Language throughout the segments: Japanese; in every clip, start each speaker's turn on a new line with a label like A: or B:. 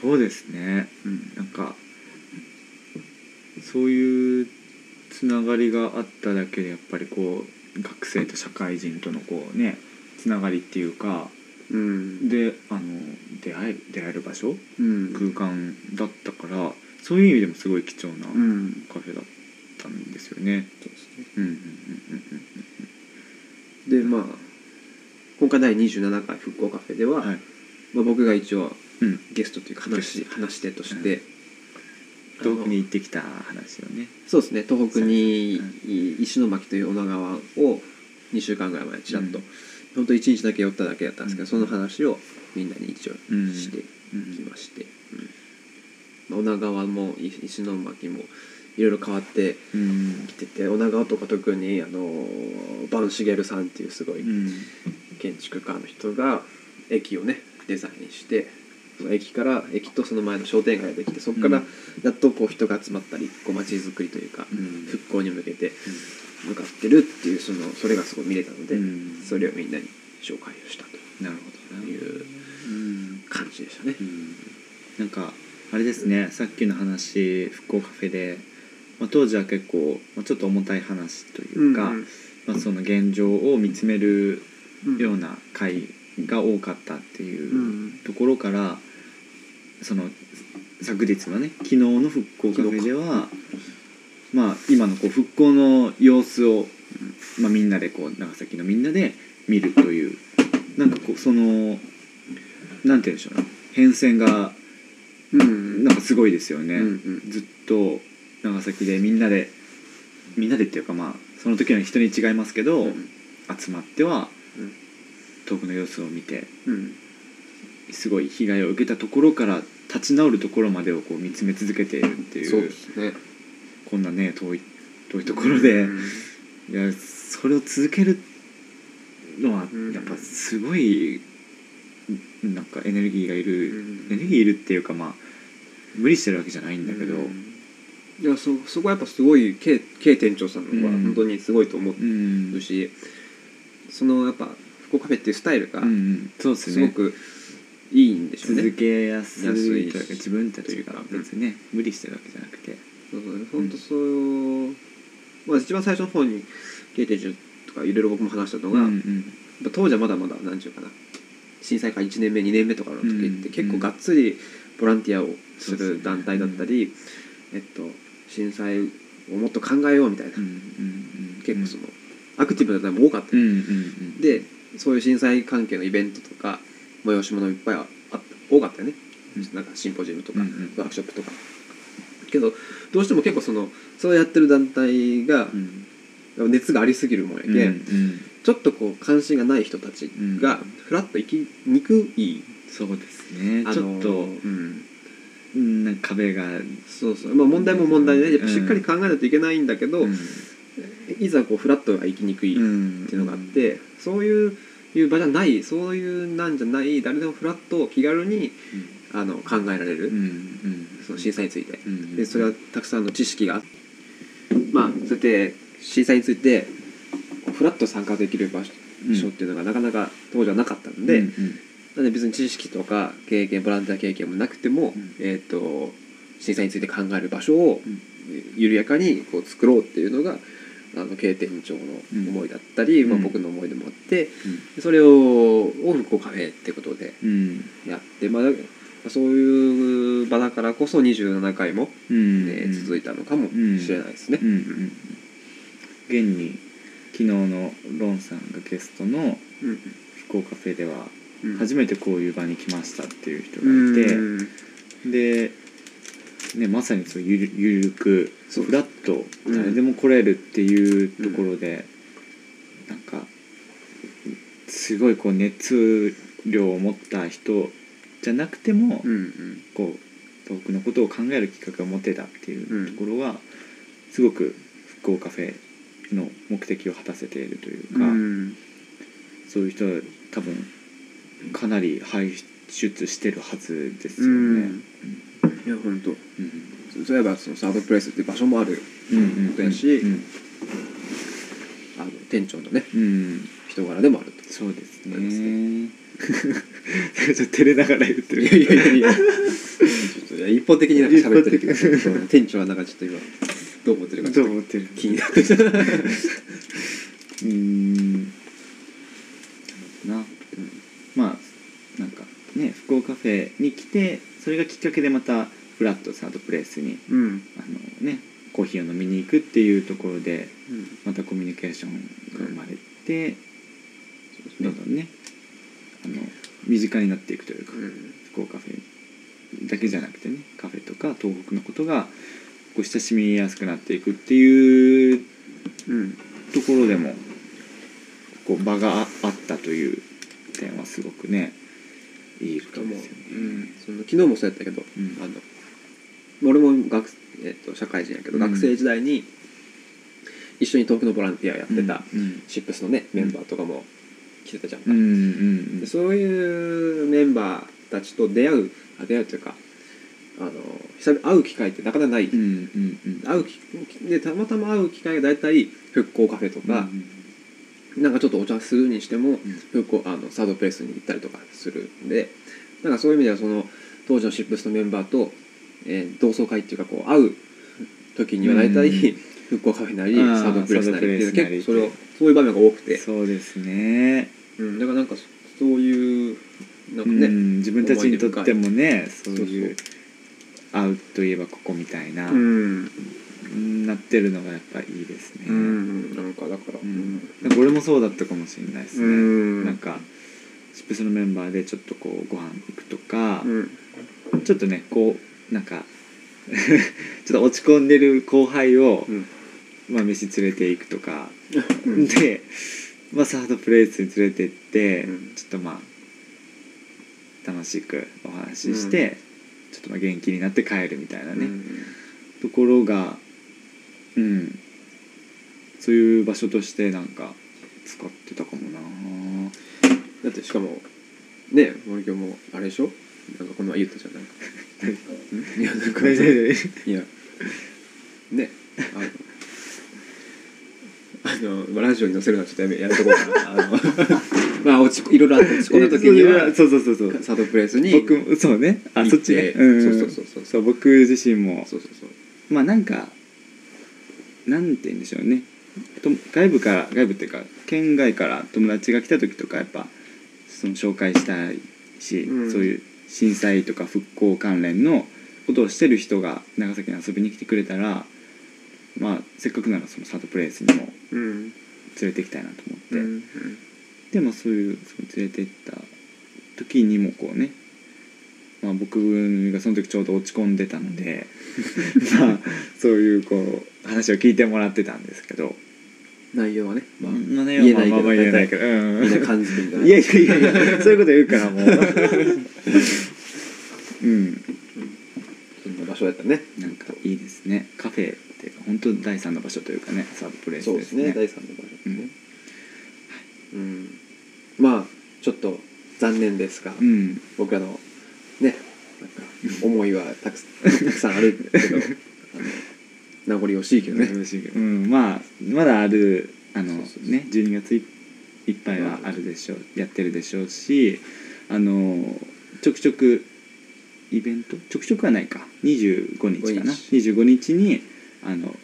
A: そうですね、うん、なんかそういうつながりがあっただけでやっぱりこう学生と社会人とのこうねつながりっていうか
B: うん
A: であの出会え出会える場所
B: うん
A: 空間だったからそういう意味でもすごい貴重な
B: うん
A: カフェだったんですよね。
B: そうですね
A: うんうんうん
B: でまあ今回第27回復興カフェでは、
A: うんうんはい
B: まあ、僕が一応
A: うん
B: ゲストというか話し話し手として、
A: 遠くに
B: あの
A: 行ってきた話をね。
B: そうですね東北に
A: そうね
B: い石巻という女川を2週間ぐらい前ちらっと、
A: うん
B: 本当一1日だけ寄っただけだったんですけど、
A: うん
B: その話をみんなに一応
A: うん
B: して
A: うん
B: きまして、うんまあ、女川もい石巻もいろいろ変わって
A: うん
B: きてて女川とか特にあのバンシゲルさんっていうすごい
A: うん
B: 建築家の人が駅をねデザインしてその駅から駅とその前の商店街ができてそこか
A: う
B: ら
A: ん
B: やっとこう人が集まったりこう街づくりというか
A: うん
B: 復興に向けて向かってるっていうそのそれがすごい見れたので
A: うん
B: それをみんなに紹介をした
A: なるほど
B: と
A: な。
B: いう
A: うん
B: 感じでしたね
A: う。んなんかあれですねさっきの話復興カフェで、まあ、当時は結構、まあ、ちょっと重たい話というか、
B: うん
A: まあ、その現状を見つめる
B: うん
A: ような回が多かったっていううんところから、その昨日のね昨日の復興カフェでは、まあ、今のこう復興の様子を、まあ、みんなでこう長崎のみんなで見るというなんかこうそのなんて言うんでしょうね変遷が
B: うん
A: なんかすごいですよね。
B: うんうん
A: ずっと長崎でみんなでみんなでっていうかまあその時の人に違いますけど、
B: うん
A: 集まっては
B: うん
A: 遠くの様子を見て
B: うん
A: すごい被害を受けたところから立ち直るところまでをこう見つめ続けているっていう
B: そうですね
A: こんなね遠い遠いところで、
B: うん
A: いやそれを続けるのは
B: うん
A: やっぱすごいなんかエネルギーがいる、
B: う
A: エ
B: ん
A: ネルギーいるっていうかまあ無理してるわけじゃないんだけど、
B: うんいやそそこはやっぱすごい K, K 店長さんの方が本当にすごいと思っ
A: うん
B: るし、そのやっぱ福岡カフェっていうスタイルが
A: うんうん、そうです
B: す
A: ね
B: ごくいいんでしょうね、
A: 続けやす
B: 安
A: い
B: い
A: というか自分たちが別にね、無理してるわけじゃなくて
B: そうそう本当そう、まあ、一番最初の方に経定中とかいろいろ僕も話したのが、
A: うんう
B: やっ
A: ん
B: ぱ当時はまだまだ何て言うかな震災から1年目2年目とかの時
A: う
B: っ
A: んう
B: て
A: ん
B: 結構がっつりボランティアを
A: そ
B: す
A: うです
B: る
A: ね
B: 団体だったり、えっと、震災をもっと考えようみたいな、
A: うんうんうん
B: 結構そのアクティブな団体も多かった
A: うんうんうん
B: でそういう震災関係のイベントとか催し物いっぱいあった多かったよね、
A: うん
B: なんかシンポジウムとか、
A: うんうん
B: ワークショップとかけどどうしても結構そのそうやってる団体が
A: うん
B: 熱がありすぎるもんやけ、
A: うんうん
B: ちょっとこう関心がない人たちが
A: うん
B: フラッと行きにくい、
A: そうですね、
B: あの
A: ちょっと
B: うん
A: うんなんか壁が
B: そうそうまあ問題も問題で、ね、やっぱ
A: うん
B: しっかり考えないといけないんだけど、
A: ん
B: いざこうフラットが行きにくい、
A: ん
B: っていうのがあって、そういういう場じゃないそういうなんじゃない誰でもフラット気軽にあの考えられる、
A: うんうん
B: その震災について、
A: うん
B: でそれはたくさんの知識があってまあそうやって震災についてこうフラット参加できる場所
A: うん
B: っていうのがなかなか当時はなかったんで、
A: うんうん
B: なんで別に知識とか経験ボランティア経験もなくても、
A: うん
B: えー、と震災について考える場所を
A: うん
B: 緩やかにこう作ろうっていうのがあの経店長の思いだったり、
A: うん
B: まあ、
A: うん
B: 僕の思いでもあってそれをを復興カフェってことで
A: うん
B: やって、まあ、そういう場だからこそ27回も、
A: うん
B: ね続いたのかもしれないですね
A: う。んうん現に昨日のロンさんがゲストの
B: うん
A: 福岡フェでは
B: うん
A: 初めてこういう場に来ましたっていう人
B: うん
A: がいて、で、ね、まさにそうゆるゆるく
B: そう
A: フラッと
B: うん
A: 誰でも来れるっていうところで、なんかすごいこう熱量を持った人じゃなくても、
B: うんうん
A: こう遠くのことを考えるきっかけを持てたっていうところは、すごく復興カフェの目的を果たせているというか。
B: うん
A: そういう人は多分かなり排出してるはずですよね。
B: うんいや本当
A: うん
B: そういえばそのサードプレイスって場所もある
A: うん
B: だし
A: うん
B: あの店長のね
A: うん、
B: 人柄でもあると。
A: そうです
B: そうです
A: ね。ちょっと照れながら言って
B: いやい
A: る。
B: やいやいや方的になんか喋ってるけど
A: 一方的
B: そう 店長はなんかちょっと今どう思ってるかち
A: ど
B: ょ
A: う思
B: っと
A: ってる
B: 気になって
A: うーんな、まあなんかね福岡カフェに来てそれがきっかけでまたフラットサードプレイスに
B: うん
A: あの、ね、コーヒーを飲みに行くっていうところでまたコミュニケーションが生まれて、
B: うん
A: どんどんねあの身近になっていくというか、福岡カフェだけじゃなくてねカフェとか東北のことがこう親しみやすくなっていくっていう
B: うん
A: ところでもこう場がああったという点はすごくねいいこと
B: とも
A: ですよね。
B: その昨日もそうやったけど
A: うん
B: あの俺も学、えっと社会人やけど、
A: うん
B: 学生時代に一緒に東北のボランティアやってた
A: うん
B: シップスのね、メンバーとかも来てたじゃんか、
A: うんうん
B: でそういうメンバーたちと出会うあ出会うというかあの久々会う機会ってなかなかない、
A: うんうんうんうん
B: 会うきでたまたま会う機会が大体復興カフェとか、なんかちょっとお茶するにしても、復興あのサードプレイスに行ったりとかするんでなんかそういう意味ではその当時のシップスのメンバーと、えー同窓会っていうかこう会う時には大体、
A: うん
B: 復興カフェなり
A: あ
B: サ
A: ー
B: ードプレイスなりっていう
A: サードプレイスなり
B: 結構それをそういう場面が多くて、
A: そうですね
B: うん、だからなんかそそういうなんか
A: う
B: ね、
A: ん、自分たちにとってもねそういう
B: そ
A: 会うといえばここみたいな、
B: うん、
A: なってるのがやっぱいいですね、
B: うん、なんかだから、
A: うんなんか俺もそうだったかもしれないですね、
B: うん
A: なんかシップスのメンバーでちょっとこうご飯行くとか、
B: うん、
A: ちょっとねこうなんか ちょっと落ち込んでる後輩を、
B: うん
A: まあ、飯連れて行くとか、
B: うん
A: で、まあ、サードプレイスに連れてって、
B: うん
A: ちょっとまあ楽しくお話しして、ちょっとまあ元気になって帰るみたいなね、ところがうんそういう場所としてなんか使ってたかもな
B: だってしかもね森京もあれでしょなんかこの前言ったじゃんなんかんいやなんか
A: ね
B: い
A: ね
B: やねあのあのまあラジオに載せるのはちょっとやめやめとこうかなあのまあ落ちいろいろあって落ち込んだ時には
A: そうそうそうそう
B: サードプレイスに
A: 僕もそうねあそっちね
B: 行って
A: ん
B: そうそうそうそう
A: そう僕自身も
B: そうそうそう
A: まあなんかなんて言うんでしょうねと外部から外部っていうか県外から友達が来た時とかやっぱその紹介したいし、
B: うん
A: そういう震災とか復興関連のことをしてる人が長崎に遊びに来てくれたらまあせっかくならそのサードプレイスにも
B: うん
A: 連れて行きたいなと思って、
B: でうん
A: でもそういうその連れて行った時にもこうね、まあ、僕がその時ちょうど落ち込んでたので まあそういうこう話を聞いてもらってたんですけど、
B: 内容はねまあ
A: まあね
B: 言えないけど
A: まあまあ言えないけど、うん
B: みんな感じてるんだ
A: いやいやいやいやそういうこと言うからもう うん
B: そんな場所やったね
A: なんかいいですねカフェって本当第三の場所というかねサードプレイス
B: そう
A: で
B: です
A: すね
B: ね第三の場所ですね、うんまあちょっと残念ですが、
A: うん
B: 僕らのねなんか思いはたくさ んたくさんあるけどあの名残惜しいけどね、
A: 嬉しいけどうん、まあまだあるあの
B: そうそうそう
A: ね12月いいっぱいはあるでしょうやってるでしょうしあのちょくちょくイベントちょくちょくはないか25日かな25日にあの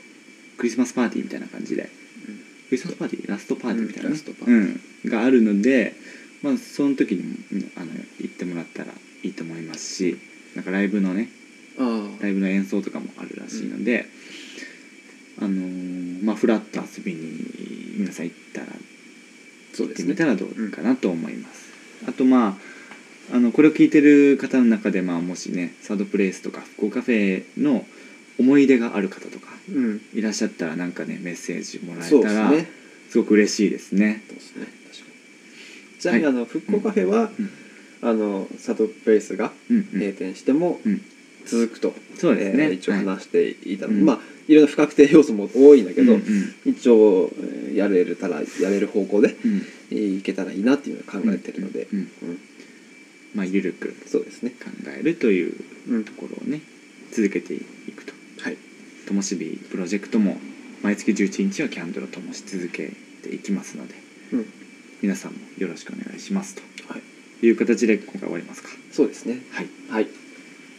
A: クリスマスパーティーみたいな感じでクリスマスパーティーラストパーティーみたいな、
B: うん
A: ね
B: ラストパー
A: う
B: テ
A: ん、があるので、まあ、その時にもうんあの行ってもらったらいいと思いますしなんかライブのね
B: ああ
A: ライブの演奏とかもあるらしいので、あのーまあフラッと遊びに皆さん行ったら
B: そう
A: 行っ
B: で
A: て
B: す
A: み
B: ね
A: たらどうかなと思います、あとまああのこれを聞いてる方の中で、まあ、もしねサードプレイスとか福岡カフェの思い出がある方とか
B: うん
A: いらっしゃったらなんかねメッセージもらえ
B: そうで
A: た
B: す
A: ら
B: ね
A: すごく嬉しいですね
B: そうですね確かにちなみに、
A: は
B: あの復興カフェは、あのサトプレイスが
A: うんうん、
B: 閉店しても
A: うん
B: 続くと、
A: そうですね
B: えー一応話していたの、
A: はい
B: まあいろんな不確定要素も多いんだけど、
A: うんうん
B: 一応えーやれるたらやれる方向で
A: うん
B: えーいけたらいいなっていうのを考えてるので、
A: うんうん
B: うん
A: まあ、ゆるく
B: そうですね、
A: 考えるという
B: うん
A: と、ころをね続けていくと
B: はい
A: ともしびプロジェクトも毎月11日はキャンドルをともし続けていきますので
B: うん
A: 皆さんもよろしくお願いします
B: はい、
A: という形で今回終わりますか
B: そうですね
A: はいあり
B: はい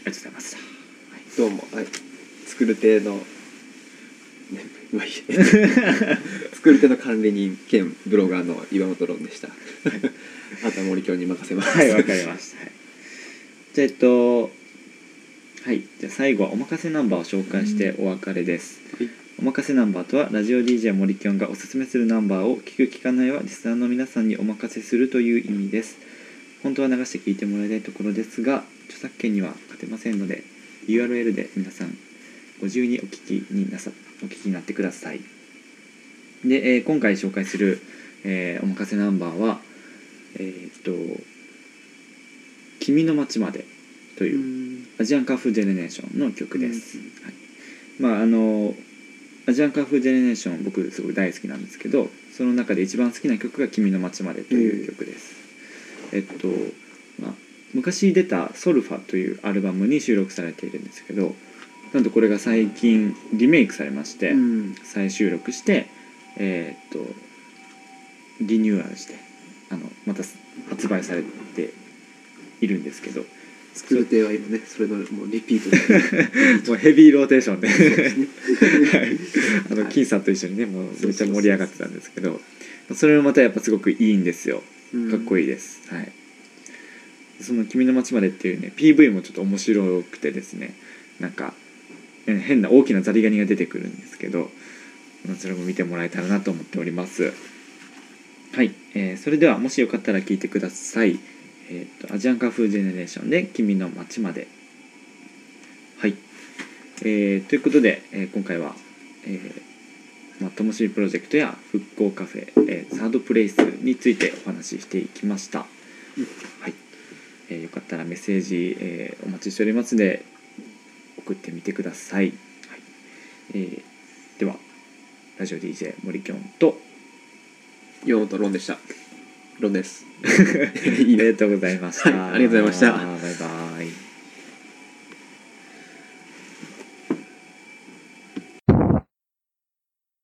A: がとうございました、はい
B: どうもはい作る亭の、ね、まあいいや 作る亭の管理人兼ブロガーの岩本論でしたあとは森京に任せます
A: はいわかりました、はい、じゃあえっとはいじゃあ最後はおまかせナンバーを紹介してお別れです、
B: はい
A: おまかせナンバーとはラジオ DJ 森きょんがおすすめするナンバーを聞く聞かないはリスナーの皆さんにお任せするという意味です本当は流して聞いてもらいたいところですが著作権には勝てませんので URL で皆さんご自由にお聞きになさお聞きになってくださいで、えー今回紹介する、えーおまかせナンバーはえーっと「君の街まで」というアジアンカーフージェネレーションの曲です、
B: うん
A: はい、まああのアジアンカーフージェネレーション僕すごい大好きなんですけどその中で一番好きな曲が「君の街まで」という曲です、えっと、まあ、昔出た「ソルファ」というアルバムに収録されているんですけどなんとこれが最近リメイクされまして、
B: うん
A: 再収録してえーっとリニューアルしてあのまた発売されているんですけど
B: 作る亭は今ねそれのもうリピートで
A: もうヘビーローテーションで
B: ですね
A: はいあの金さんと一緒にねもうめっちゃ盛り上がってたんですけどそれもまたやっぱすごくいいんですよかっこ
B: いい
A: いいです、はいその「君の街まで」っていうね PV もちょっと面白くてですねなんかえ変な大きなザリガニが出てくるんですけどそれも見てもらえたらなと思っておりますはい、えーそれではもしよかったら聞いてください「えーとアジアンカフージェネレーション」で「君の街まで」はい、えーということで、えー今回は、えーまあ、ともしびプロジェクトや復興カフェ、えーサードプレイスについてお話ししていきました、
B: うん
A: はい、えーよかったらメッセージ、えーお待ちしておりますので送ってみてください、はいえーではラジオ DJ 森きょん と
B: 岩本論でした論です
A: ありがとうございました、
B: はいありがとうございました
A: バイバイ